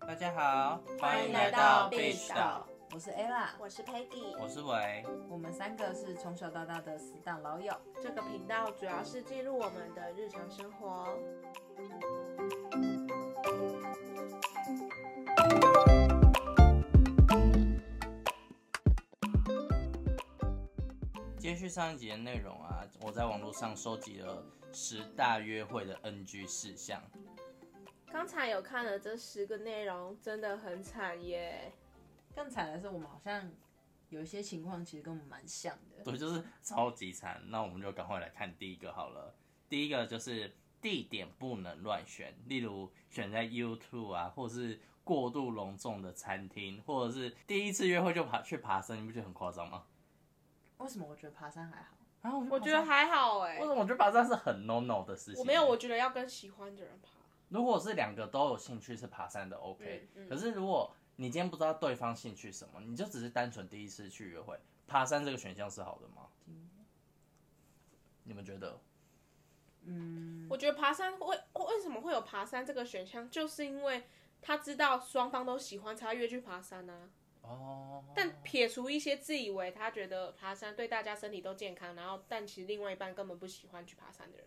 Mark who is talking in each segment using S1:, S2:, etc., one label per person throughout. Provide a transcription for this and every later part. S1: 大家好，
S2: 欢迎来到 Beach 岛，
S3: 我是 Ella，
S2: 我是 Peggy。
S1: 我是维。
S3: 我们三个是从小到大的死党老友。
S2: 这个频道主要是记录我们的日常生活。
S1: 接续上一集的内容啊，我在网络上收集了十大约会的 NG 事项。
S2: 刚才有看了这十个内容，真的很惨耶。
S3: 更惨的是，我们好像有一些情况其实跟我们蛮像的。
S1: 对，就是超级惨。那我们就赶快来看第一个好了。第一个就是地点不能乱选，例如选在 YouTube 啊，或是过度隆重的餐厅，或者是第一次约会就爬去爬山，你不觉得很夸张吗？
S3: 为什么我觉得爬山还好？
S1: 啊，我
S2: 我觉得
S1: 爬山
S2: 还好哎
S1: 为，什么我觉得爬山是很 no no 的事情？
S2: 我没有，我觉得要跟喜欢的人爬。
S1: 如果是两个都有兴趣是爬山的 OK，、
S2: 嗯嗯
S1: 可是如果你今天不知道对方兴趣什么，你就只是单纯第一次去约会，爬山这个选项是好的吗？你们觉得？
S2: 嗯我觉得爬山为为什么会有爬山这个选项，就是因为他知道双方都喜欢才会约去爬山啊。
S1: 哦，
S2: 但撇除一些自以为他觉得爬山对大家身体都健康，然后但其实另外一半根本不喜欢去爬山的人，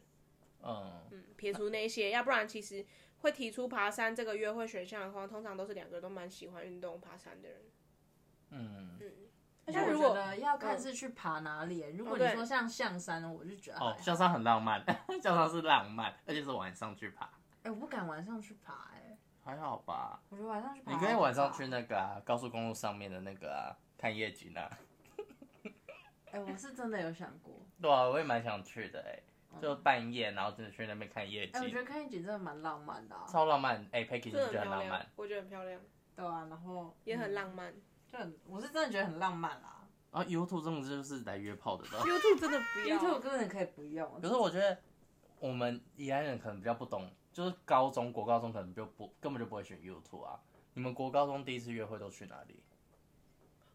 S1: 嗯，
S2: 嗯，撇除那些，要不然其实会提出爬山这个约会选项的话，通常都是两个都蛮喜欢运动爬山的人。
S3: 而
S2: 嗯且我觉
S3: 得
S2: 得嗯
S3: 要看是去爬哪里。如
S2: 哦
S3: 果你说像象山，我就觉得还哎
S1: 哦
S3: 好，
S1: 象山很浪漫， 象山是浪漫，而且是晚上去爬，
S3: 哎，我不敢晚上去爬，哎，
S1: 还好吧？
S3: 我觉得晚上去爬，
S1: 你可以晚上去。那个啊，高速公路上面的那个啊，看夜景啊。
S3: 哎，我是真的有想过，
S1: 对啊，我也蛮想去的哎、
S2: 嗯
S1: 就半夜然后真的去那边看夜
S3: 哎，我觉
S1: 景，
S3: 得看夜景真的蛮浪漫的啊。
S1: 超浪漫。哎、p e g g y
S2: 真的
S1: 你不觉得很
S2: 很漂
S1: 浪
S2: 亮
S1: 漫？，
S2: 嗯我觉得很漂亮，
S3: 对啊，然后
S2: 也很浪漫。
S3: 就很，我是真的觉得很浪漫啦。
S1: 啊，YouTube 真的就是来约炮的，对吧
S2: YouTube 真的不
S3: YouTube 根本可以不用
S1: 可，是我觉得我们宜兰人可能比较不懂，就是高中国高中可能就不根本就不会选 YouTube 啊。你们国高中第一次约会都去哪里？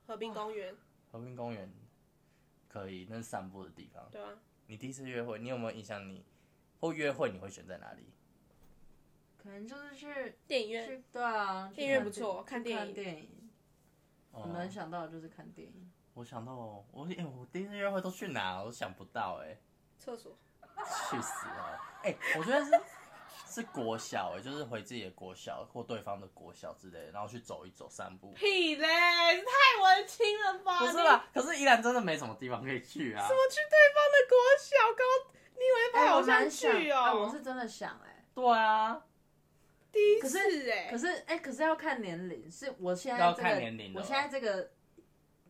S2: 河滨公园，
S1: 和平公园可以，那是散步的地方。
S2: 对啊，
S1: 你第一次约会，你有没有印象你？或约会你会选在哪里？
S3: 可能就是去
S2: 电影院，
S3: 去对啊，
S2: 电影院
S3: 去
S2: 不错
S3: 看
S2: 看电影
S3: 电去看电影。我
S1: 哦
S3: 能想到的就是看电影，
S1: 我想到我我、哎我第一次约会都去哪？我想不到哎、
S2: 厕所，
S1: 去死哦！哎、我觉得是是国小哎、就是回自己的国小或对方的国小之类的，然后去走一走散步。
S2: 屁嘞，太文青了吧？
S1: 不是啦，可是宜兰真的没什么地方可以去啊。
S2: 我去对方的国小高，你以为
S3: 哎
S2: 跑
S3: 我
S2: 上
S3: 蛮想
S2: 去
S3: 啊
S2: 哦？
S3: 我是真的想哎、
S1: 对啊，
S2: 第一
S3: 可
S2: 次
S3: 是
S2: 哎、
S3: 可是哎、可是要看年龄，是我现在
S1: 要
S3: 这
S1: 看
S3: 个
S1: 年龄的
S3: 我
S1: 吧
S3: 现在这个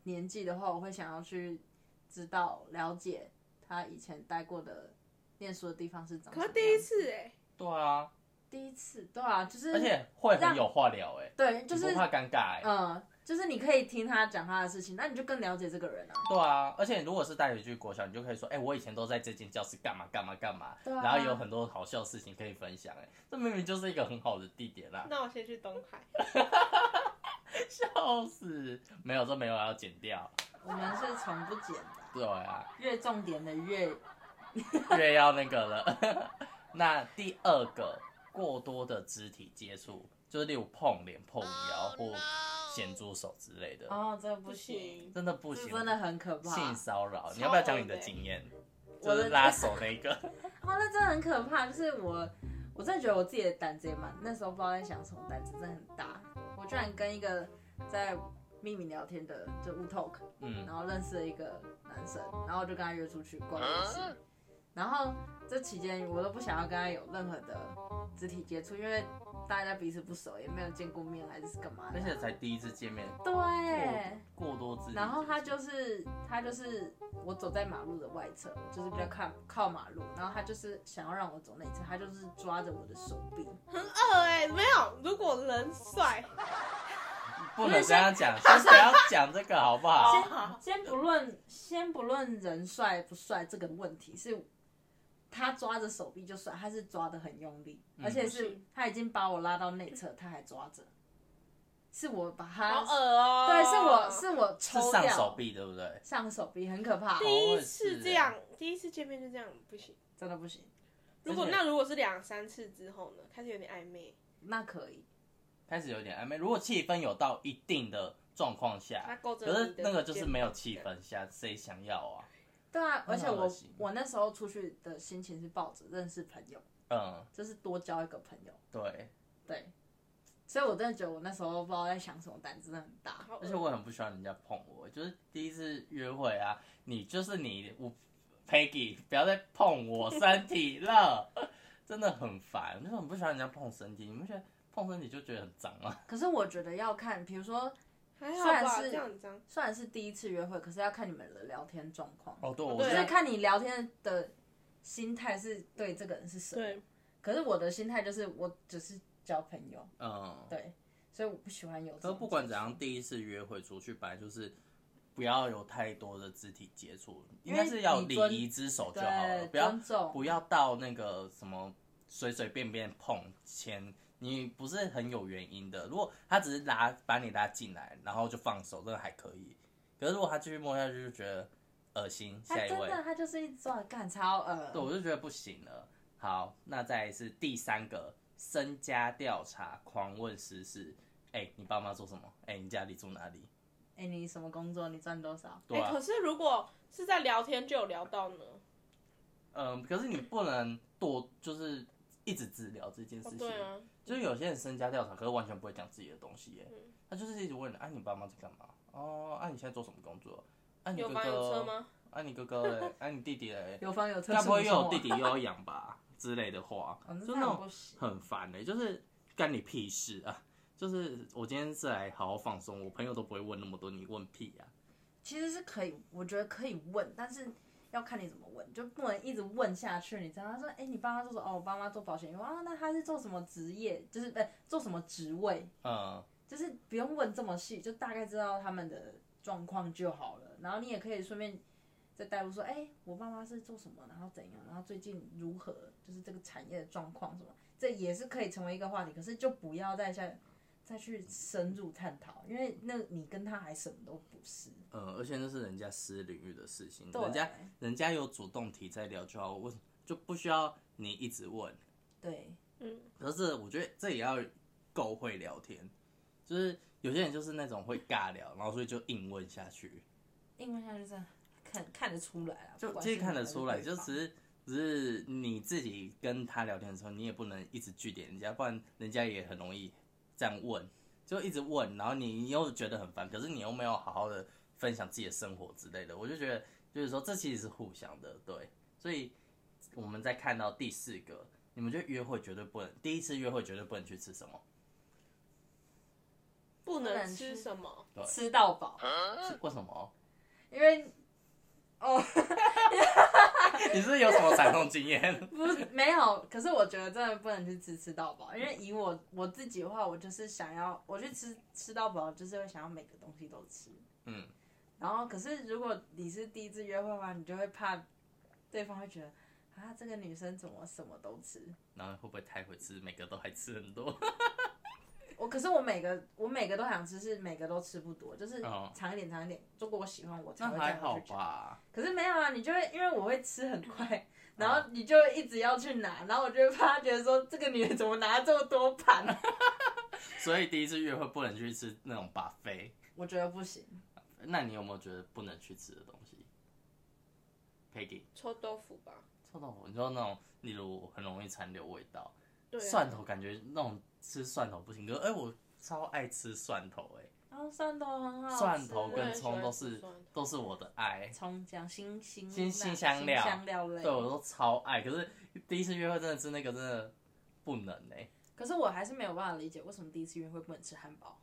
S3: 年纪的话，我会想要去知道了解他以前待过的念书的地方是怎么
S2: 可
S3: 样。
S2: 是第一次哎、
S1: 对啊，
S3: 第一次对啊，就是
S1: 而且会很有话聊哎、
S3: 对，就
S1: 你
S3: 是
S1: 不怕尴尬哎、
S3: 嗯，就是你可以听他讲他的事情，那你就更了解这个人啊。
S1: 对啊，而且如果是带回去国小，你就可以说，哎、我以前都在这间教室干嘛干嘛干嘛，
S3: 对啊
S1: 然后有很多好笑的事情可以分享、哎，这明明就是一个很好的地点啦、
S2: 那我先去东海。
S1: 笑死，没有这没有要剪掉，
S3: 我们是从不减的，
S1: 对啊，
S3: 越重点的越
S1: 越要那个了。 那第二个，过多的肢体接触，就是例如碰脸、碰腰或咸猪手之类的，
S3: 啊哦，这不
S2: 不
S3: 行
S2: 行，
S1: 真的不
S3: 这
S1: 行，
S3: 真的很可怕。
S1: 性骚扰，你
S2: 超
S1: 要不要讲你
S2: 恶
S1: 的
S2: 的欸
S1: 经验？
S3: 我
S1: 就
S3: 的
S1: 是拉手那一个，
S3: 哦，那真的很可怕。就是我，我真的觉得我自己的胆子也蛮，那时候不知道在想什么，胆子真的很大。我居然跟一个在秘密聊天的，就 Wu Talk，
S1: 嗯，
S3: 然后认识了一个男生，然后我就跟他约出去逛夜市。
S1: 啊
S3: 然后这期间我都不想要跟他有任何的肢体接触，因为大家彼此不熟，也没有见过面，还是干嘛的
S1: 而？且才第一次见面，
S3: 对。
S1: 过多肢体接触，
S3: 然后他就是他就是我走在马路的外侧，就是比较靠靠马路，然后他就是想要让我走内侧，他就是抓着我的手臂，
S2: 饿哎、没有，如果人帅，
S1: 不能这样讲， 先不要讲这个好不好？
S2: 好
S3: 先不论先不论人帅不帅这个问题，是他抓着手臂就算，他是抓的很用力，而且是
S2: 嗯
S3: 他已经把我拉到内侧，他还抓着，是我把
S2: 好
S3: 它，
S2: 恶哦、
S3: 对，是我是我
S1: 是
S3: 抽
S1: 上手
S3: 掉
S1: 臂对不对？
S3: 上手臂，很可怕，
S2: 第
S1: 我
S2: 一
S1: 也是
S2: 次这样，第一次见面就这样不行。
S3: 真的不行，
S2: 如果
S1: 而且
S2: 那如果是两三次之后呢，开始有点暧昧，
S3: 那可以，
S1: 开始有点暧昧。如果气氛有到一定的状况
S2: 他
S1: 下，
S2: 勾着
S1: 可是
S2: 你的
S1: 那个就是没有气
S2: 肩膀
S1: 氛下，谁想要啊？
S3: 对啊，而且
S1: 那
S3: 我
S1: 恶心
S3: 我那时候出去的心情是抱着认识朋友，
S1: 嗯，
S3: 就是多交一个朋友，
S1: 对。
S3: 对，所以我真的觉得我那时候不知道在想什么，胆子真的很 大，
S2: 好恶
S1: 而且我很不喜欢人家碰我，就是第一次约会啊，你就是你，我 Peggy 不要再碰我身体了，真的很烦，我就是很不喜欢人家碰身体。你们觉得碰身体就觉得很脏吗？
S3: 可是我觉得要看，比如说
S2: 还好吧，
S3: 虽然是
S2: 这样很脏。
S3: 虽然是第一次约会，可是要看你们的聊天状况，
S1: 哦，对，我
S2: 对
S3: 就
S1: 觉
S3: 是
S1: 得
S3: 看你聊天的心态是对这个人是什么。
S2: 对，
S3: 可是我的心态就是我只是交朋友，
S1: 嗯，
S3: 对，所以我不喜欢有这
S1: 可
S3: 种。
S1: 是不管怎样，，第一次约会出去，本来就是不要有太多的肢体接触，应该是要礼仪之手就好了，
S3: 对，
S1: 不要
S3: 尊重，
S1: 不要到那个什么随随便便碰牵，你不是很有原因的。如果他只是拉把你拉进来，然后就放手，这个还可以。可是如果他继续摸下去，就觉得恶心。
S3: 他
S1: 下一
S3: 真
S1: 位，
S3: 的他就是一直做干超呃，
S1: 对我就觉得不行了。好，那再来是第三个身家调查狂问私事。哎、你爸妈做什么？哎、你家里住哪里？
S3: 哎、你什么工作？你赚多少？
S1: 对
S2: 哎
S1: 啊
S2: 可，是如果是在聊天就有聊到呢，
S1: 嗯、可是你不能多，就是一直只聊这件事
S2: 哦
S1: 情。
S2: 对啊，
S1: 就是有些人身家调查，可是完全不会讲自己的东西耶。
S2: 嗯
S1: 他就是一直问，哎、你爸妈在干嘛？哦，啊，你现在做什么工作？啊，你
S2: 有
S1: 哥
S2: 房有车
S1: 哥？
S2: 吗？
S1: 啊，你哥哥嘞？啊，你弟弟嘞？
S3: 有房有 车，
S1: 该不会又有
S3: 是
S1: 弟
S3: 不
S1: 弟
S3: 是
S1: 又要养吧之类的话
S3: 我？哦，
S1: 就那
S3: 那当
S1: 种
S3: 然不行。
S1: 很烦的、就是干你屁事啊！就是我今天是来好好放松，我朋友都不会问那么多，你问屁啊！
S3: 其实是可以，我觉得可以问，但是要看你怎么问，就不能一直问下去。你知道，他说，哎、你爸妈做什么？哦，我爸妈做保险业务啊，那他是做什么职业？就是呃，做什么职位？
S1: 嗯，
S3: 就是不用问这么细，就大概知道他们的状况就好了。然后你也可以顺便再带入说，哎、我爸妈是做什么，然后怎样，然后最近如何，就是这个产业的状况什么，这也是可以成为一个话题。可是就不要再下再去深入探讨，因为那你跟他还什么都不是。
S1: 嗯，而且那是人家私领域的事情，
S3: 对
S1: 人家人家有主动提再聊就好，我就不需要你一直问。
S3: 对，
S2: 嗯，
S1: 可是我觉得这也要够会聊天，就是有些人就是那种会尬聊，然后所以就硬问下去，
S3: 英文下就这样，看看得出来啊，
S1: 就
S3: 不管
S1: 其
S3: 是
S1: 实看得出来，
S3: 哪个
S1: 就
S3: 地方
S1: 只是只是你自己跟他聊天的时候，你也不能一直据点人家，不然人家也很容易这样问，就一直问，然后你又觉得很烦，可是你又没有好好的分享自己的生活之类的，我就觉得就是说这其实是互相的，对，所以我们再看到第四个，你们就约会绝对不能，第一次约会绝对不能去吃什么。
S2: 不
S3: 不
S2: 能
S3: 能
S2: 吃
S3: 吃
S2: 什么？
S3: 吃到饱，
S1: 是为什么？
S3: 因为
S1: 你是不是有什么惨痛经验？
S3: 不是没有，可是我觉得真的不能去吃吃到饱，因
S1: 嗯
S3: 为以我我自己的话，我就是想要我去吃吃到饱，就是会想要每个东西都吃。
S1: 嗯，
S3: 然后可是如果你是第一次约会的话，你就会怕对方会觉得啊，这个女生怎么什么都吃。
S1: 然后会不会太会吃，每个都还吃很多？
S3: 我可是我每个我每个都想吃，是每个都吃不多，就是
S1: 哦
S3: 尝一点尝一点。如果我喜欢，我才
S1: 那
S3: 会再
S1: 还好
S3: 去吃
S1: 吧。
S3: 可是没有啊，你就会因为我会吃很快，然后你就会一直要去拿，然后我就会怕他觉得说这个女人怎么拿这么多盘，啊
S1: 所以第一次约会不能去吃那种 buffet。
S3: 我觉得不行。
S1: 那你有没有觉得不能去吃的东西？Peggy，
S2: 臭豆腐吧。
S1: 臭豆腐，你说那种，例如很容易残留味道，
S2: 对、啊，
S1: 蒜头感觉那种吃蒜头不行。可是哎、我超爱吃蒜头、
S3: 然后蒜头很好
S1: 哎，
S3: 吃，
S1: 蒜头
S2: 哦我
S1: 跟
S2: 也喜
S1: 葱
S2: 欢
S1: 都
S2: 吃
S1: 是
S2: 蒜头
S1: 都是我的爱。
S3: 葱姜新新
S1: 新
S3: 新
S1: 新香料
S3: 新香料类。
S1: 对，我都超爱。可是第一次约会真的吃那个真的不能哎、
S3: 可是我还是没有办法理解为什么第一次约会不能吃汉堡。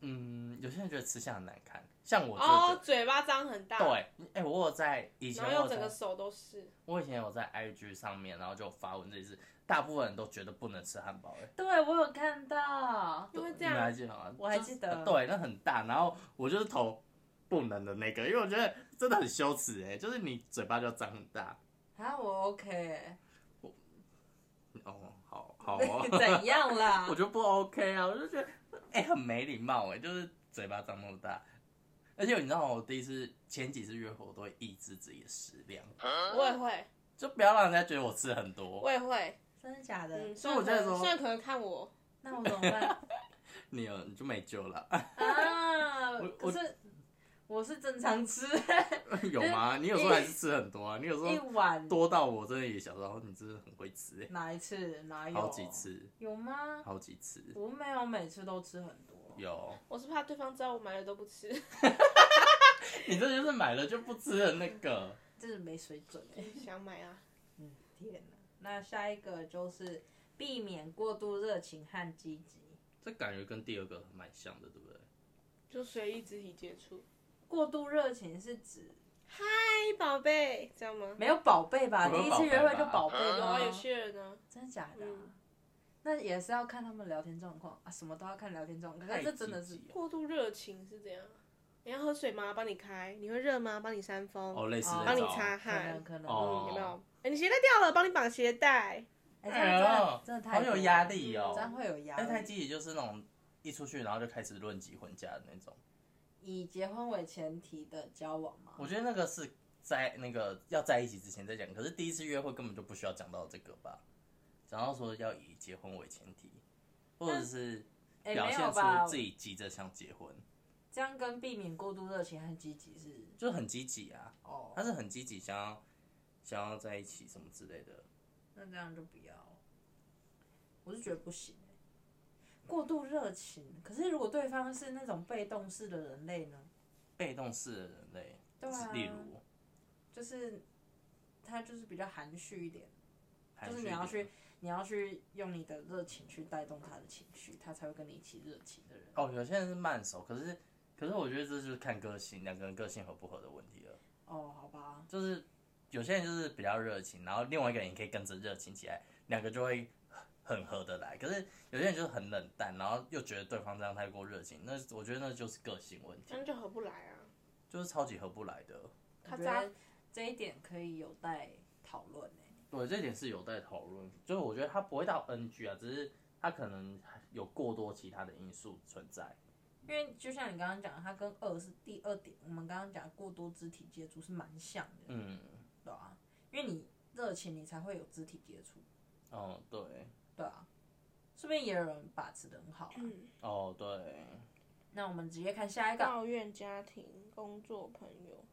S1: 嗯，有些人觉得吃相很难看，像我就
S2: 哦
S1: 觉，
S2: 嘴巴张很大，
S1: 得、，对，哎、我有在以前
S2: 然后
S1: 我有
S2: 又整个
S1: 在
S2: 手都是，
S1: 我以前有在 IG 上面，然后就发文这一次，大部分人都觉得不能吃汉堡、哎，
S3: 对，我有看到。
S2: 因为这
S1: 你们还
S2: 样
S1: 记得吗？
S3: 我还
S1: 就是
S3: 记得
S1: 呃对，那很大，然后我就是投不能的那个，因为我觉得真的很羞耻，哎，就是你嘴巴就张很大，
S3: 啊，我 OK，
S1: 哦，好好哦
S3: ，
S1: 哦
S3: 怎样啦
S1: 我？就不 OK 啊，我就觉得哎、很没礼貌哎、就是嘴巴张那么大。而且你知道我第一次前几次约会，我都会抑制自己的食量，
S2: 我也会，
S1: 就不要让人家觉得我吃很多
S2: 我。也会，
S3: 真的假的？
S2: 嗯，
S3: 所以我
S2: 虽
S3: 就
S2: 然
S3: 会
S2: 可能虽
S3: 说，
S2: 然可能看我，
S3: 那我怎么办
S1: 你有你就没救了，
S3: 啊
S1: 我？
S3: 可是我是正常吃
S1: 有吗？你有时候还是吃很多啊，你有时
S3: 一
S1: 候
S3: 碗，
S1: 多到我真的也想说，哦你真的很会吃、欸，
S3: 哪一次哪有？
S1: 好几？次，
S3: 有吗？
S1: 好几次，
S3: 我没有每次都吃很多。
S1: 有。
S2: 我是怕对方知道我买了都不吃，
S1: 你这就是买了就不吃的那个。
S3: 真是没水准哎、
S2: 想买啊，
S3: 嗯，天哪！那下一个就是避免过度热情和积极。
S1: 这感觉跟第二个蛮像的，对不对？
S2: 就随意肢体接触。
S3: 过度热情是指
S2: 嗨，宝贝，这样吗？
S3: 没有宝贝吧？
S1: 没有
S3: 第一次约会就宝
S1: 宝嗯
S3: 贝
S2: 然
S3: 吗
S1: 啊
S2: 后？有些人呢，
S3: 真的假的啊、
S2: 嗯
S3: 那也是要看他们聊天状况啊，什么都要看聊天状况。可是这真的
S1: 太
S3: 是
S1: 积极了
S2: 过度热情是这样。你要喝水吗？帮你开。你会热吗？帮你扇风。
S1: 哦，类似
S3: 哦
S1: 那
S2: 帮你
S1: 种
S2: 擦
S3: 可能
S2: 汗。
S3: 可能，
S1: 哦
S2: 嗯，有没有？哎，你鞋带掉了，帮你绑鞋带。
S3: 哎、这
S1: 哎
S3: 样
S1: 呦，
S3: 真的真的太
S1: 好有压力
S3: 多了，真
S1: 哦。
S3: 会有压
S1: 哎，太
S3: 力。
S1: 积极就是那种一出去然后就开始论及婚嫁的那种。
S3: 以结婚为前提的交往嘛，
S1: 我觉得那个是在那个要在一起之前再讲，可是第一次约会根本就不需要讲到这个吧？讲到说要以结婚为前提，或者是
S3: 哎、
S1: 表
S3: 没
S1: 现
S3: 有
S1: 出
S3: 吧？
S1: 自己急着想结婚，
S3: 这样跟避免过度热情和积极是
S1: 就很积极啊，
S3: 哦，
S1: 他是很积极想要想要在一起什么之类的。
S3: 那这样就不要。我是觉得不行、欸过度热情。可是如果对方是那种被动式的人类呢？
S1: 被动式的人类，
S3: 对啊
S1: 例如，
S3: 就是他就是比较含蓄一点，
S1: 含
S3: 就是
S1: 蓄
S3: 你要
S1: 一点
S3: 去你要去用你的热情去带动他的情绪，他才会跟你一起热情的人。
S1: 哦，有些人是慢熟，可是可是我觉得这就是看个性，两个人个性合不合的问题了。
S3: 哦，好吧，
S1: 就是有些人就是比较热情，然后另外一个人也可以跟着热情起来，两个就会很合得来。可是有些人就是很冷淡，然后又觉得对方这样太过热情，那我觉得那就是个性问题
S2: 这，样
S3: 嗯
S2: 就合不来啊。
S1: 就是超级合不来的。
S3: 我
S2: 咔
S3: 觉
S2: 嚓
S3: 得，这一点可以有待讨论欸诶。
S1: 对，这点是有待讨论，就是我觉得他不会到 NG 啊，只是他可能有过多其他的因素存在。
S3: 因为就像你刚刚讲的，它跟二是第二点，我们刚刚讲过多肢体接触是蛮像的，
S1: 嗯，
S3: 对啊，因为你热情，你才会有肢体接触，
S1: 哦，对，
S3: 对啊，说不定也有人把持的很好、啊。
S2: 嗯，
S1: 哦，对，
S3: 那我们直接看下一个，
S2: 抱怨家庭、工作、朋友。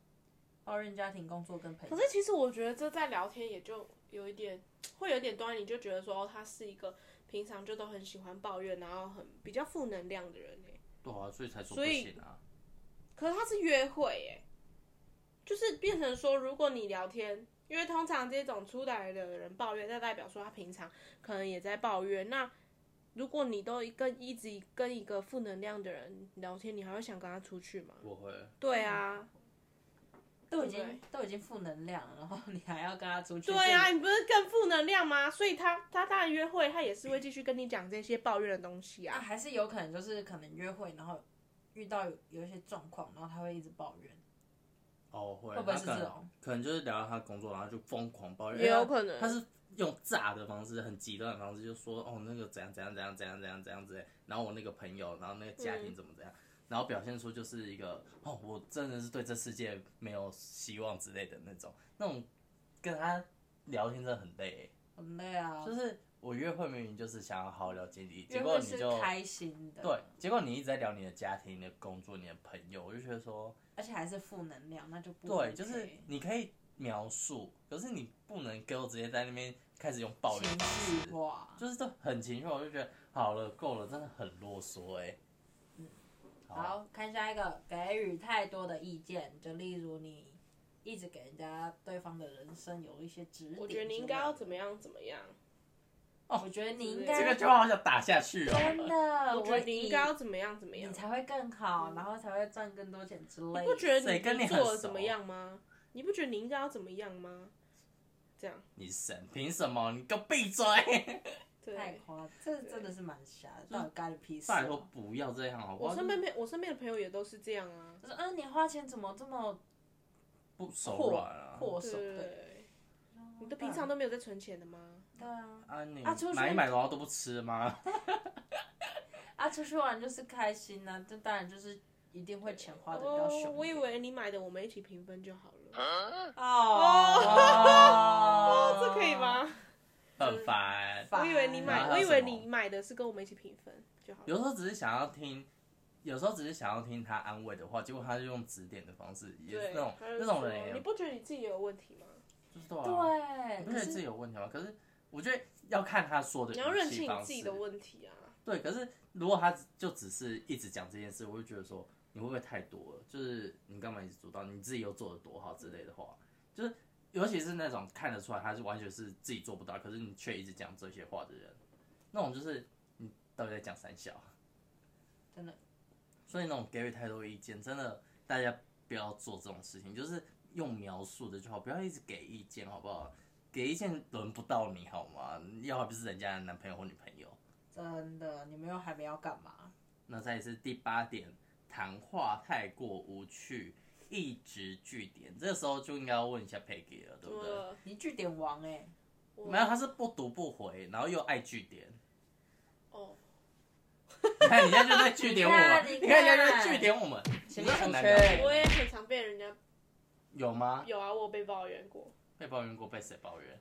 S3: 抱怨家庭、工作跟朋友。
S2: 可是其实我觉得这在聊天也就有一点，会有一点端倪，就觉得说、哦、他是一个平常就都很喜欢抱怨，然后很比较负能量的人欸耶
S1: 对啊，所以才说不
S2: 所以
S1: 行啊。
S2: 可是他是约会耶，就是变成说，如果你聊天，因为通常这种出来的人抱怨，那代表说他平常可能也在抱怨。那如果你都跟一直跟一个负能量的人聊天，你还会想跟他出去吗？
S1: 我会，
S2: 对啊，
S3: 都
S2: 对
S3: 已
S2: 不
S3: 经都已经负能量了，然后 你还要跟他出去？
S2: 对啊，，你不是更负能量吗？所以他他当然约会，他也是会继续跟你讲这些抱怨的东西
S3: 啊，
S2: 啊。
S3: 还是有可能就是可能约会，然后遇到有有一些状况，然后他会一直抱怨，
S1: 哦，会，
S3: 会不会
S1: 他
S3: 是
S1: 可能
S3: 这种？
S1: 可能就是聊到他工作，然后就疯狂抱怨，
S2: 也有
S1: 因为
S2: 可能
S1: 他他是用炸的方式，很极端的方式，就说哦那个怎样怎样怎样怎样怎样怎样之类，然后我那个朋友，然后那个家庭怎么怎样，然后表现出就是一个哦我真的是对这世界没有希望之类的那种，那种跟他聊天真的很累、
S3: 很累啊。
S1: 就是我约会明明就是想要好好了解你，结
S3: 约
S1: 果
S3: 会
S1: 你
S3: 是
S1: 就
S3: 开心的，
S1: 对，，结果你一直在聊你的家庭、你的工作、你的朋友，我就觉得说。
S3: 而且还是负能量，那就不、
S1: 对，就是你可以描述，可是你不能给我直接在那边开始用抱
S3: 情
S1: 怨的
S3: 绪
S1: 词，
S3: 化。
S1: 就是都很情绪，我就觉得好了，够了，真的很啰嗦哎、好啊
S3: 好，看下一个，给予太多的意见，就例如你一直给人家对方的人生有一些指点之类的。
S2: 我觉得你应该要怎么样怎么样，
S3: 我觉得你应
S2: 啊
S1: 这个
S3: 该
S1: 就好想打下去
S3: 真
S1: 哦。
S3: 的，
S2: 我觉得你应该
S3: 以
S2: 要怎么样怎么样嗯
S3: 你。才会更好，然后才会赚更多钱之类的。
S2: 你不觉得
S1: 谁跟
S2: 你
S1: 你很
S2: 做的
S1: 熟
S2: 怎么样吗？你不觉得你应该要怎么样吗？这样，
S1: 你神凭什么？你给我闭 嘴！
S3: 太
S2: 对。
S3: 夸，这真的是蛮瞎的，到底干你屁事啊？
S1: 拜托不要这样好不
S2: 我
S1: 好？
S2: 身边朋我身边的朋友也都是这样啊，
S3: 我说，嗯，你花钱怎么这么
S1: 不手
S3: 破
S1: 软啊！
S3: 破手？对，
S2: 对。你都平常都没有在存钱的吗？
S3: 对啊，
S1: 啊你
S3: 啊出去
S1: 买一买然后都不吃吗？
S3: 啊，出去玩就是开心呐、这当然就是一定会钱花的比较凶
S2: 哦，
S3: 一点。
S2: 我以为你买的我们一起平分就好了。
S1: 啊
S3: 哦
S2: 哦，这可以？吗？
S1: 很烦。
S3: 烦
S2: 我以为你
S1: 然
S2: 买，
S1: 后还
S2: 我以
S1: 有
S2: 为
S1: 什么
S2: 你买的是跟我们一起平分就好了。
S1: 有时候只是想要听，有时候只是想要听他安慰的话，结果他就用指点的方式，也是
S2: 对，
S1: 那种
S2: 他就
S1: 那种
S2: 说
S1: 人也
S2: 你不觉得你自己也有问题吗？
S1: 就是对啊，
S3: 对，
S1: 你不觉得自己有问题吗？可是我觉得要看他说的
S2: 你要认
S1: 语
S2: 清
S1: 气
S2: 你
S1: 方
S2: 自
S1: 式
S2: 己。的问题啊。
S1: 对，可是如果他就只是一直讲这件事，我就觉得说你会不会太多了？就是你干嘛一直主导，你自己又做的多好之类的话，就是尤其是那种看得出来他是完全是自己做不到，可是你却一直讲这些话的人，那种就是你到底在讲三小？啊
S3: 真的
S1: 所以那种给予太多意见，真的大家不要做这种事情，就是用描述的就好，不要一直给意见，好不好？给意见轮不到你好吗？要还不是人家的男朋友或女朋友。
S3: 真的，你们又还没要干嘛？
S1: 那再是第八点，谈话太过无趣，一直据点。这时候就应该要问一下 Peggy 了，对不对？
S2: 我
S3: 你据点王哎、欸，
S2: 我
S1: 没有，他是不读不回，然后又爱据点。
S2: 哦，
S1: 你看，你现在就在据点我们，
S3: 你看你
S1: 你看，现在就
S3: 看
S1: 在据点我们，
S3: 行
S1: 你这很难
S3: 行
S1: 了解
S3: 对
S2: 我也很常被人家
S1: 有吗？
S2: 有啊，我有被抱怨过，
S1: 被抱怨过，被谁抱怨？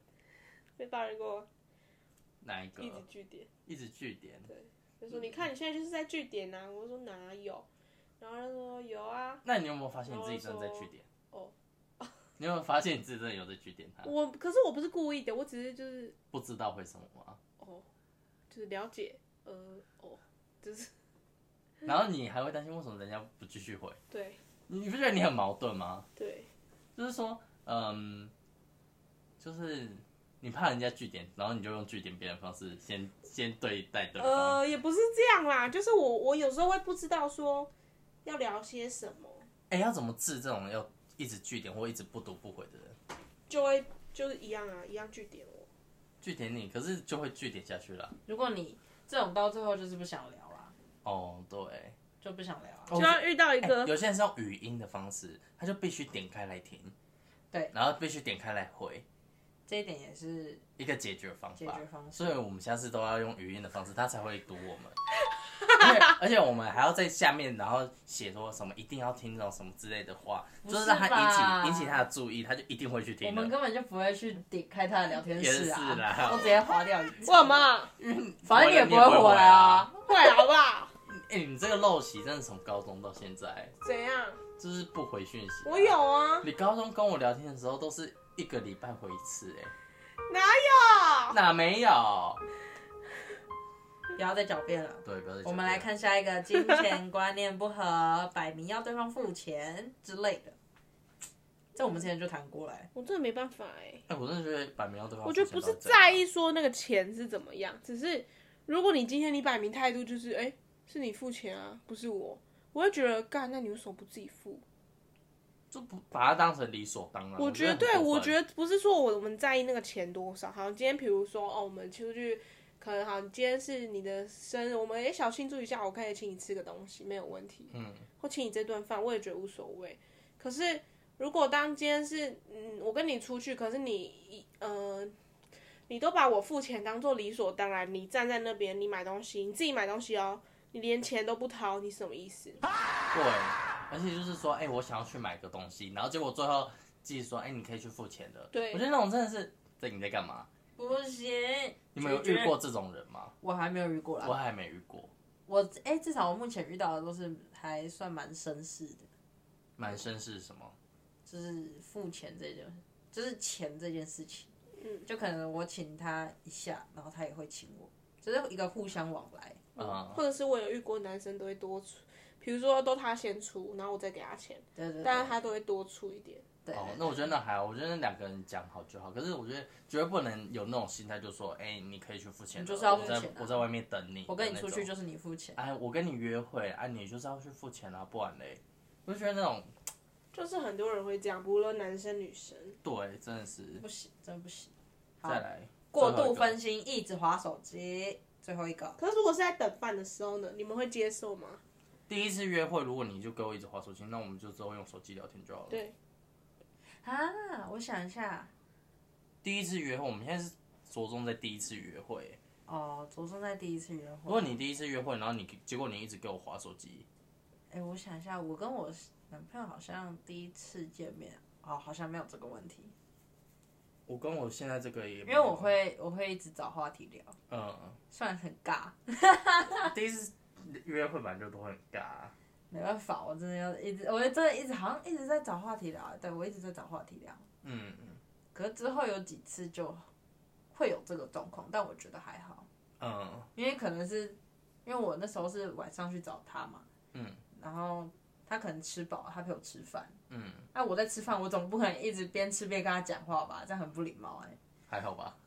S2: 被抱怨过
S1: 哪一个
S2: 一？直据点，
S1: 一直据点。
S2: 就
S1: 嗯
S2: 说你看你现在就是在据点啊，我说哪有，然后他说有啊，
S1: 那你有没有发现你自己真的在据点？
S2: 哦，
S1: 你有没有发现你自己真的有在据点他？
S2: 我可是我不是故意的，我只是就是
S1: 不知道为什么吗？
S2: 哦，就是了解，呃，哦，就是
S1: 然后你还会担心为什么人家不继续回？
S2: 对
S1: 你你不觉得你很矛盾吗？
S2: 对，
S1: 就是说，嗯，就是你怕人家据点，然后你就用据点别人的方式先先对待对方。
S2: 呃，也不是这样啦，就是我我有时候会不知道说要聊些什么，
S1: 哎、要怎么治这种要一直据点或一直不读不回的人？
S2: 就会就是一样啊，一样据点我。
S1: 据点你，可是就会据点下去了。
S3: 如果你这种到最后就是不想聊啦，
S1: 哦，对，
S3: 就不想聊啊。
S1: 哦
S2: 就要遇到一
S1: 哎
S2: 个
S1: 有些人是用语音的方式，他就必须点开来听，
S3: 对
S1: 然后必须点开来回。
S3: 这一点也是
S1: 一个解决方法，
S3: 解决方式
S1: 所以我们下次都要用语音的方式，他才会读我们。而且而且我们还 要在下面，然后写说什么一定要听这种什么之类的话，
S3: 是
S1: 就是让他
S3: 吧
S1: 引起引起他的注意，他就一定会去
S3: 我
S1: 听
S3: 们
S1: 的。
S3: 根本就不会去点开他的聊天室啊，
S1: 也是啦
S3: 我直接划掉。
S2: 为什么？
S3: 反正你也不
S1: 不
S3: 会
S1: 回
S3: 回来啊。。
S2: 会了好不好？
S1: 哎、你这个陋习真的从高中到现在，
S2: 怎样？
S1: 就是不回讯息。
S2: 我有。啊，
S1: 你高中跟我聊天的时候都是一个礼拜回一次、哎，
S2: 哪
S1: 哪没有？
S3: 不要再狡辩了。
S1: 对，不要再讲
S3: 我们来看下一个，金钱观念不合，摆明要对方付钱之类的。这我们之前就谈过欸来，
S2: 我真的没办法哎、
S1: 这个。哎、我真的觉得摆明要对方
S2: 我
S1: 付
S2: 觉
S1: 钱到
S2: 得
S1: 底怎样，
S2: 不是在意说那个钱是怎么样，只是如果你今天你摆明态度就是，哎、是你付钱啊，不是我，我会觉得干，那你为什么不自己付？
S1: 就不把它当成理所当然。
S2: 我觉得对，
S1: 很过
S2: 我
S1: 分
S2: 觉得不是说我们在意那个钱多少，好像今天比如说哦，我们出去，可能好，今天是你的生日，我们也小庆祝一下，我可以请你吃个东西，没有问题，
S1: 嗯，
S2: 或请你这顿饭，我也觉得无所谓。可是如果当今天是嗯，我跟你出去，可是你一呃，你都把我付钱当做理所当然，你站在那边，你买东西，你自己买东西哦，你连钱都不掏，你什么意思？
S1: 对，而且就是说，哎、我想要去买个东西，然后结果最后自己说，哎、你可以去付钱的。
S2: 对
S1: 我觉得那种真的是，这你在干嘛？
S3: 不行。
S1: 你们有遇过？这种人吗？
S3: 我还没有遇过
S1: 我
S3: 啦。
S1: 还没遇过，
S3: 我哎、至少我目前遇到的都是还算蛮绅士的，
S1: 满身是什么？
S3: 就是付钱这件，就是钱这件事情。
S2: 嗯，
S3: 就可能我请他一下，然后他也会请我，就是一个互相往来。
S1: 啊、
S2: 或者是我有遇过男生都会多出，比如说都他先出，然后我再给他钱，
S3: 对对对。
S2: 但是他都会多出一点。
S3: 对
S1: 哦，那我觉得那还好，我觉得那两个人讲好就好。可是我觉得绝对不能有那种心态，就说，哎、你可以去付钱
S3: 你
S1: 的，
S3: 就是要
S1: 我
S3: 付
S1: 在
S3: 钱啊
S1: 我在外面等你。
S3: 我跟你出去
S1: 就，
S3: 就是你付钱，
S1: 哎，我跟你约会，啊，你就是要去付钱啊，不然嘞，我就觉得那种，
S2: 就是很多人会这样，不论男生女生。
S1: 对，真的是
S3: 不行，真不行。好
S1: 再来最
S3: 过
S1: 后
S3: 度
S1: 一个
S3: 分心，一直划手机。最后一个，
S2: 可是如果是在等饭的时候呢，你们会接受吗？
S1: 第一次约会，如果你就给我一直划手机，那我们就之后用手机聊天就好了。
S2: 对，
S3: 啊，我想一下，
S1: 第一次约会，我们现在是着重在第一次约会，
S3: 哦，着重在第一次约会。
S1: 如果你第一次约会，然后你结果你一直给我划手机，
S3: 哎、我想一下，我跟我男朋友好像第一次见面，哦，好像没有这个问题，
S1: 我跟我现在这个也因
S3: 因为我，会我会一直找话题聊，
S1: 嗯，
S3: 虽然很尬，
S1: 第一次约会本来就都很尬啊，
S3: 没办法，我真的要一直，我真的一直好像一直在找话题聊，对我一直在找话题聊，
S1: 嗯，嗯
S3: 可是之后有几次就会有这个状况，但我觉得还好，
S1: 嗯，
S3: 因为可能是因为我那时候是晚上去找他嘛，
S1: 嗯，
S3: 然后他可能吃饱，他陪我吃饭，
S1: 嗯，
S3: 那我在吃饭，我总不可能一直边吃边跟他讲话吧，这样很不礼貌哎、
S1: 还好吧，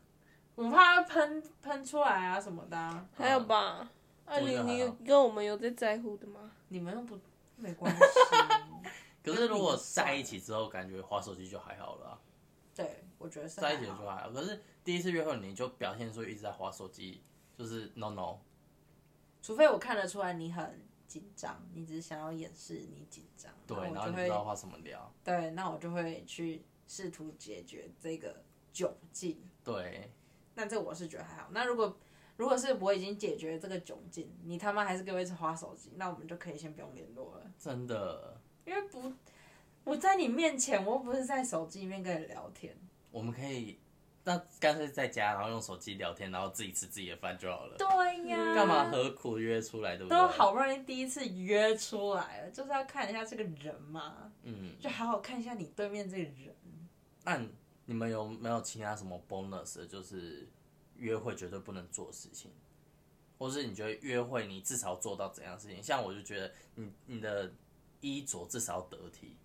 S3: 我怕他喷喷出来啊什么的啊、
S2: 还有吧？啊，
S1: 我觉
S2: 你
S1: 得还
S2: 你
S1: 好
S2: 有跟我们有在在乎的吗？
S3: 你们又不没关系，
S1: 可是如果在一起之后，感觉划手机就还好了啊、
S3: 对我觉得是
S1: 在一起
S3: 还
S1: 就
S3: 好
S1: 还好。可是第一次约会你就表现出一直在划手机，就是 no no，
S3: 除非我看得出来你很紧张，你只是想要掩饰你紧张，
S1: 对，
S3: 那
S1: 然
S3: 我
S1: 后
S3: 就
S1: 你不知道
S3: 会
S1: 话什么聊，
S3: 对，那我就会去试图解决这个窘境。
S1: 对，
S3: 那这我是觉得还好。那如果如果是我已经解决这个窘境，你他妈还是给我一直花手机，那我们就可以先不用联络了，
S1: 真的，
S3: 因为不我在你面前，我又不是在手机里面跟你聊天。
S1: 我们可以那干脆在家，然后用手机聊天，然后自己吃自己的饭就好了，
S3: 对呀、
S1: 嗯干嘛何苦约出来，对不对？
S3: 都好不容易第一次约出来了，就是要看一下这个人嘛，
S1: 嗯，
S3: 就好好看一下你对面这个人。
S1: 那你们有没有其他什么 bonus？就是约会绝对不能做的事情，或是你觉得约会你至少做到怎样的事情？像我就觉得你你的衣着至少要得体，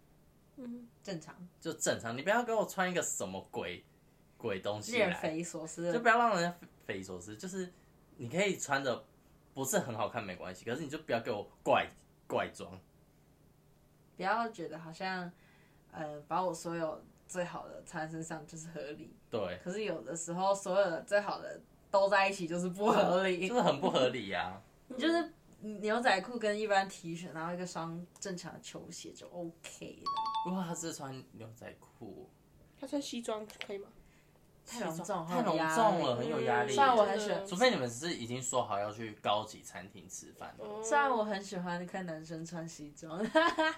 S2: 嗯，
S3: 正常，
S1: 就正常，你不要给我穿一个什么鬼鬼东西
S3: 令人
S1: 来，
S3: 匪夷所思
S1: 就
S3: 的。
S1: 不要让人家匪夷所思。就是你可以穿的不是很好看没关系，可是你就不要给我怪怪装。
S3: 不要觉得好像，呃，把我所有最好的穿身上就是合理。
S1: 对，
S3: 可是有的时候，所有的最好的都在一起就是不合理
S1: 就。是很不合理啊呀、
S3: 你就是牛仔裤跟一般 T 恤，然后一个双正常的球鞋就 OK 了。
S1: 如果他是穿牛仔裤，
S2: 他穿西装可以吗？
S3: 太隆重，
S1: 太隆
S3: 压力嗯
S1: 重了，很有压力
S3: 虽。然我很喜
S2: 真的
S3: 欢，
S1: 除非你们是已经说好要去高级餐厅吃饭了，
S2: 哦
S3: 虽然我很喜欢看男生穿西 装，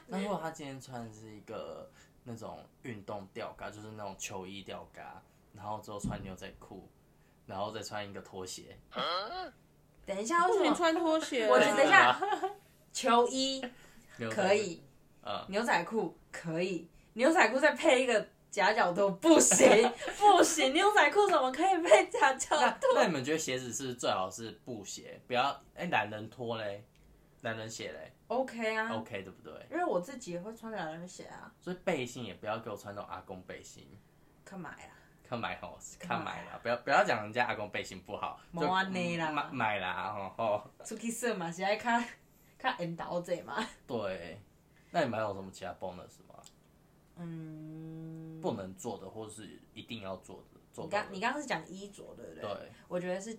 S1: 那如果他今天穿的是一个那种运动吊嘎，就是那种球衣吊嘎，然后之后穿牛仔裤，然后再穿一个拖鞋，
S3: 等一下，为
S2: 为什
S3: 什
S2: 么
S3: 么
S2: 你穿拖鞋啊？
S3: 我觉得等一下球衣啊
S1: 牛仔裤
S3: 可以，
S1: 嗯
S3: 牛仔裤可以，牛仔裤再配一个夹脚拖不 行，不行，牛仔裤怎么可以配夹脚
S1: 那
S3: 拖？
S1: 那你们觉得鞋子是最好是布鞋，不要哎、懒人拖嘞，懒人鞋嘞、
S3: OK 啊
S1: o k 对不对？
S3: 因为我自己也会穿懒人鞋啊，
S1: 所以背心也不要给我穿那种阿公背心，
S3: 干嘛呀？
S1: 看买吼，看买啦，不要不要讲人家阿公背心不好，就
S3: 嗯没安尼啦
S1: 嗯买买啦，哦哦，
S3: 出去耍嘛是爱看看引导者嘛。
S1: 对，那你们还有什么其他 bonus 吗？
S3: 嗯，
S1: 不能做的或是一定要做的，做
S3: 你
S1: 到
S3: 刚
S1: 的
S3: 你刚刚是讲衣着对不对？
S1: 对
S3: 我觉得是，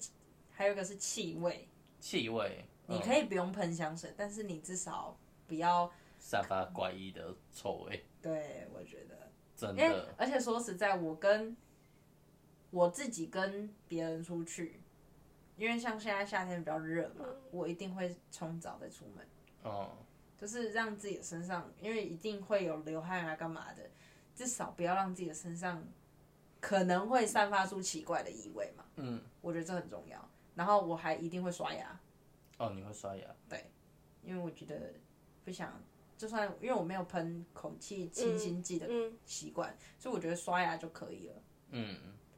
S3: 还有一个是气味，
S1: 气味，
S3: 你
S1: 嗯
S3: 可以不用喷香水，但是你至少不要。
S1: 散发怪异的臭味，
S3: 对，我觉得，
S1: 真
S3: 因
S1: 的，
S3: 为而且说实在，我跟我自己跟别人出去，因为像现在夏天比较热嘛，我一定会冲澡再出门，
S1: 嗯，
S3: 就是让自己的身上，因为一定会有流汗啊干嘛的，至少不要让自己的身上可能会散发出奇怪的异味嘛。
S1: 嗯，
S3: 我觉得这很重要。然后我还一定会刷牙，
S1: 哦，你会刷牙，
S3: 因为我觉得不想，就算因为我没有喷口气清新剂的
S2: 嗯，
S3: 习惯，所以我觉得刷牙就可以了。
S1: 嗯，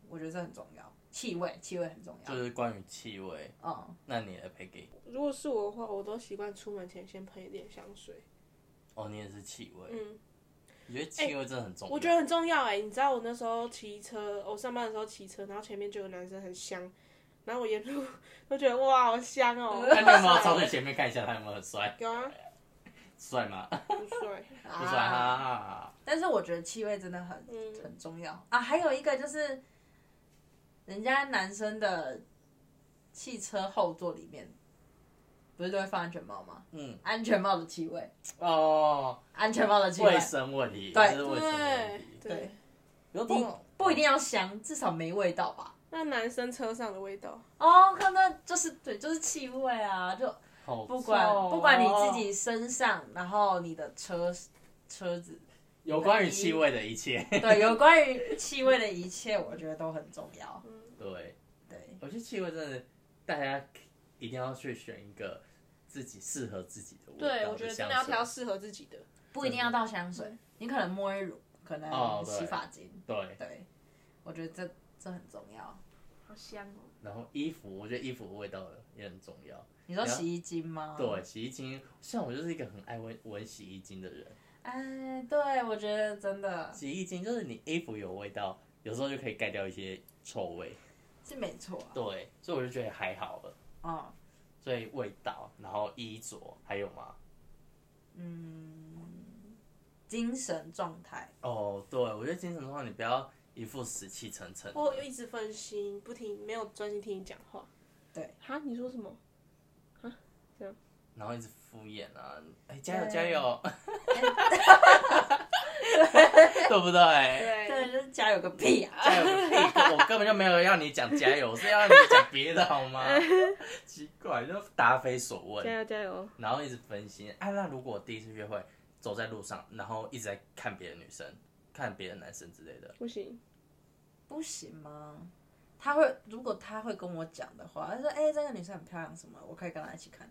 S3: 我觉得这很重要，气味，气味很重要。
S1: 就是关于气味，
S3: 嗯，
S1: 那你来 Peggy。
S2: 如果是我的话，我都习惯出门前先喷一点香水。
S1: 哦，你也是气味，
S2: 嗯，
S1: 我觉得气味真的很重要。
S2: 我觉得很重要哎、你知道我那时候骑车，我上班的时候骑车，然后前面就有男生很香，然后我沿路 都觉得哇，好香哦、
S1: 哎那 你有没有朝着前面看一下他有没有很帅？
S2: 有啊，
S1: 帅吗？啊
S2: 不帅。
S1: 不 帅哈哈哈。
S3: 但是我觉得气味真的很、
S2: 嗯
S3: 很重要啊。还有一个就是，人家男生的汽车后座里面，不是都会放安全帽吗？
S1: 嗯，
S3: 安全帽的气味，
S1: 哦，
S3: 安全帽的气味
S1: 卫，生问题，
S3: 对
S1: 这是卫生问
S2: 啊对
S1: 题。
S3: 对，
S1: 有
S3: 你
S1: 种
S3: 不一定要香，至少没味道吧？
S2: 那男生车上的味道，
S3: 哦，可能就是对，就是气味啊，就
S1: 好
S3: 不管、
S1: 臭哦
S3: 不管你自己身上，然后你的车车子，
S1: 有关于气味的一切，
S3: 对，有关于气味的一切，我觉得都很重要。
S1: 对，
S3: 对，
S1: 我觉得气味真的大家一定要去选一个自己适合自己的味道
S2: 对我觉得真的要
S1: 香水
S2: 挑适合自己的。
S3: 不一定要到香水，你可能沐浴乳，可
S1: 哦
S3: 能
S1: 对
S3: 洗发精，
S1: 对，
S3: 对，我觉得这这很重要。
S2: 好香哦！
S1: 然后衣服，我觉得衣服的味道也很重要。
S2: 嗯
S3: 你说洗衣精吗？
S1: 对，，洗衣精，像我就是一个很爱闻闻洗衣精的人。
S3: 哎，对，我觉得真的
S1: 洗衣精就是你衣服有味道，有时候就可以盖掉一些臭味。
S3: 是没错啊、
S1: 对，所以我就觉得还好了。
S3: 哦，
S1: 所以味道，然后衣着，还有吗？
S3: 嗯精神状态，
S1: 哦，对，我觉得精神状况你不要一副死气沉沉的。
S2: 我又一直分心，不听，没有专心听你讲话。
S3: 对，
S2: 哈，你说什么？
S1: 然后一直敷衍啊！哎、加油
S3: 对
S1: 加油，对不对？
S2: 对，
S3: 对，就是家有个屁啊！
S1: 加油个屁！我根本就没有要你讲加油，我是要你讲别的好吗？ 奇怪，就答非所
S2: 加
S1: 问，
S2: 油加油！
S1: 然后一直分心。哎、那如果我第一次约会走在路上，然后一直在看别的女生、看别的男生之类的，
S2: 不行，
S3: 不行吗？他会，如果他会跟我讲的话，他说：“哎、这个女生很漂亮，什么，我可以跟她一起看。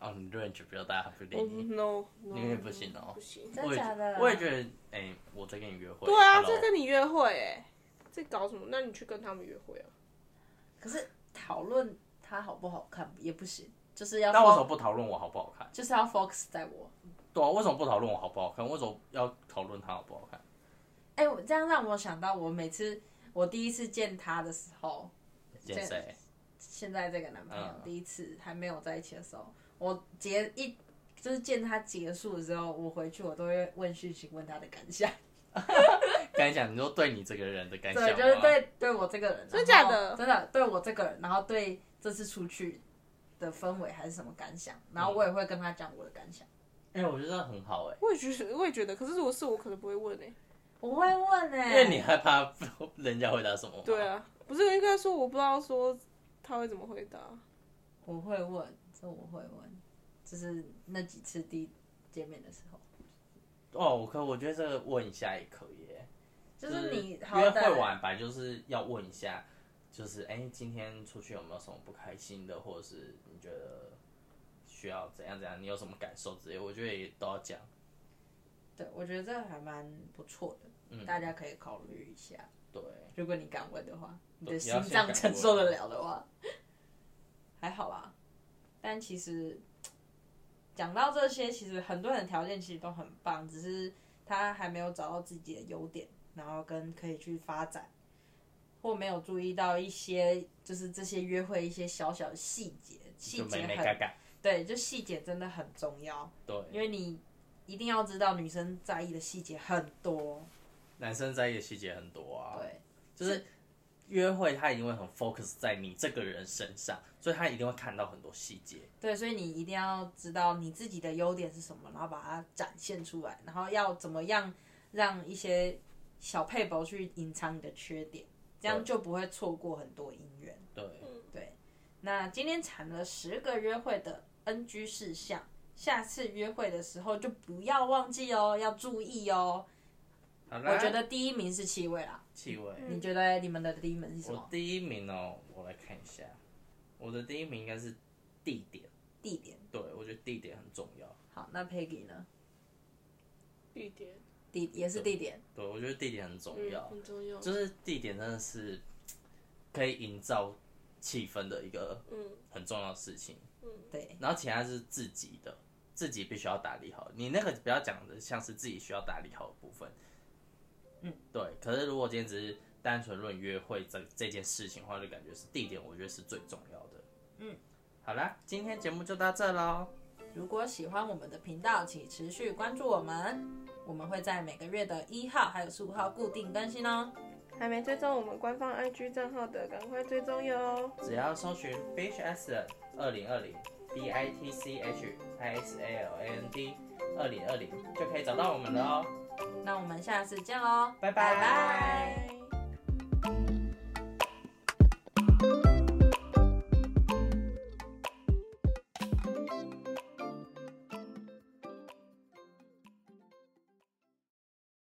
S1: 哦，你 range 比较大，不理
S2: 我
S1: 你。
S2: no，
S1: 嗯你也不行哦
S2: 不行”。
S3: 真
S1: 我
S3: 的
S1: 也
S3: 假的？
S1: 我也觉得，哎、我在跟你约会。
S2: 啊对啊，
S1: hello
S2: 这跟你约会哎，这搞什么？那你去跟他们约会啊？
S3: 可是讨论她好不好看也不行，就是要
S1: 那为什么
S3: fo-
S1: 不讨论我好不好看？
S3: 就是要 focus 在我。
S1: 对啊，为什么不讨论我好不好看？为什么要讨论他好不好看？
S3: 哎、我这样让我想到，我每次我第一次见他的时候，
S1: 见谁？
S3: 现在这个男朋友
S1: 嗯
S3: 第一次还没有在一起的时候，我结一就是见他结束的时候，我回去我都会问讯息，问他的感想。
S1: 感想，你说对你这个人的感想吗
S3: 对，就是对对我这个人，
S2: 真的假
S3: 然后
S2: 的
S3: 真的对我这个人，然后对这次出去的氛围还是什么感想，然
S1: 嗯
S3: 后我也会跟他讲我的感想。
S1: 哎、我觉得很好哎、
S2: 我也觉得，我也觉得，可是如果是我，可能不会问哎。
S3: 我会问哎、
S1: 因为你害怕 人家回答什么吗？
S2: 对啊，不是应该说我不知道说他会怎么回答。
S3: 我会问，这我会问，就是那几次第一见面的时候，
S1: 哦，我可我觉得这个问一下也可以哎耶、
S3: 就是你好
S1: 约
S3: 歹
S1: 会完，本来就是要问一下，就是哎、今天出去有没有什么不开心的，或者是你觉得需要怎样怎样，你有什么感受之类，我觉得也都要讲。
S3: 对我觉得这还蛮不错的，
S1: 嗯
S3: 大家可以考虑一下。
S1: 对，
S3: 如果你敢问的话，你的
S1: 你
S3: 心
S1: 要先敢
S3: 脏
S1: 问啊
S3: 承受得了的话，还好啦。但其实讲到这些，其实很多人的条件其实都很棒，只是他还没有找到自己的优点，然后跟可以去发展，或没有注意到一些就是这些约会一些小小的细节，细
S1: 就
S3: 节
S1: 没没
S3: 很
S1: 嘎嘎。
S3: 对，就细节真的很重要，
S1: 对，
S3: 因为你一定要知道女生在意的细节很多，
S1: 男生在意的细节很多啊。
S3: 对。
S1: 就是约会，他一定会很 focus 在你这个人身上，所以他一定会看到很多细节。
S3: 对，所以你一定要知道你自己的优点是什么，然后把它展现出来，然后要怎么样让一些小配博去隐藏你的缺点，这样就不会错过很多姻缘。
S1: 对，
S3: 嗯那今天谈了十个约会的 NG 事项，下次约会的时候就不要忘记哦，要注意哦。
S1: 好啦，
S3: 我觉得第一名是气味啦，
S1: 气味，
S2: 嗯
S3: 你觉得你们的第一名是什
S1: 我
S3: 么？
S1: 第一名哦，我来看一下，我的第一名应该是地点，
S3: 地点。
S1: 对我觉得地点很重要，
S3: 好，那 Peggy 呢？
S2: 地点，
S3: 地也是地点，
S1: 对我觉得地点很重
S2: 嗯
S1: 要，，
S2: 很重要。
S1: 就是地点真的是嘖可以营造气氛的一个
S2: 嗯
S1: 很重要的事情。
S3: 对，
S1: 然后其他是自己的，自己必须要打理好。你那个不要讲的像是自己需要打理好的部分，
S3: 嗯，
S1: 对。可是如果今天只是单纯论约会这这件事情的话，就感觉是地点，我觉得是最重要的。
S3: 嗯，
S1: 好啦，今天节目就到这喽，
S3: 如果喜欢我们的频道，请持续关注我们，我们会在每个月的一号还有十五号固定更新哦。
S2: 还没追踪我们官方 IG 账号的，赶快追踪哟。
S1: 只要搜寻 Bitch S 二零二零 B I T C H I S A L A N D 二零二零就可以找到我们了哦。
S3: 那我们下次见喽，
S1: 拜拜
S3: 拜拜
S2: 拜。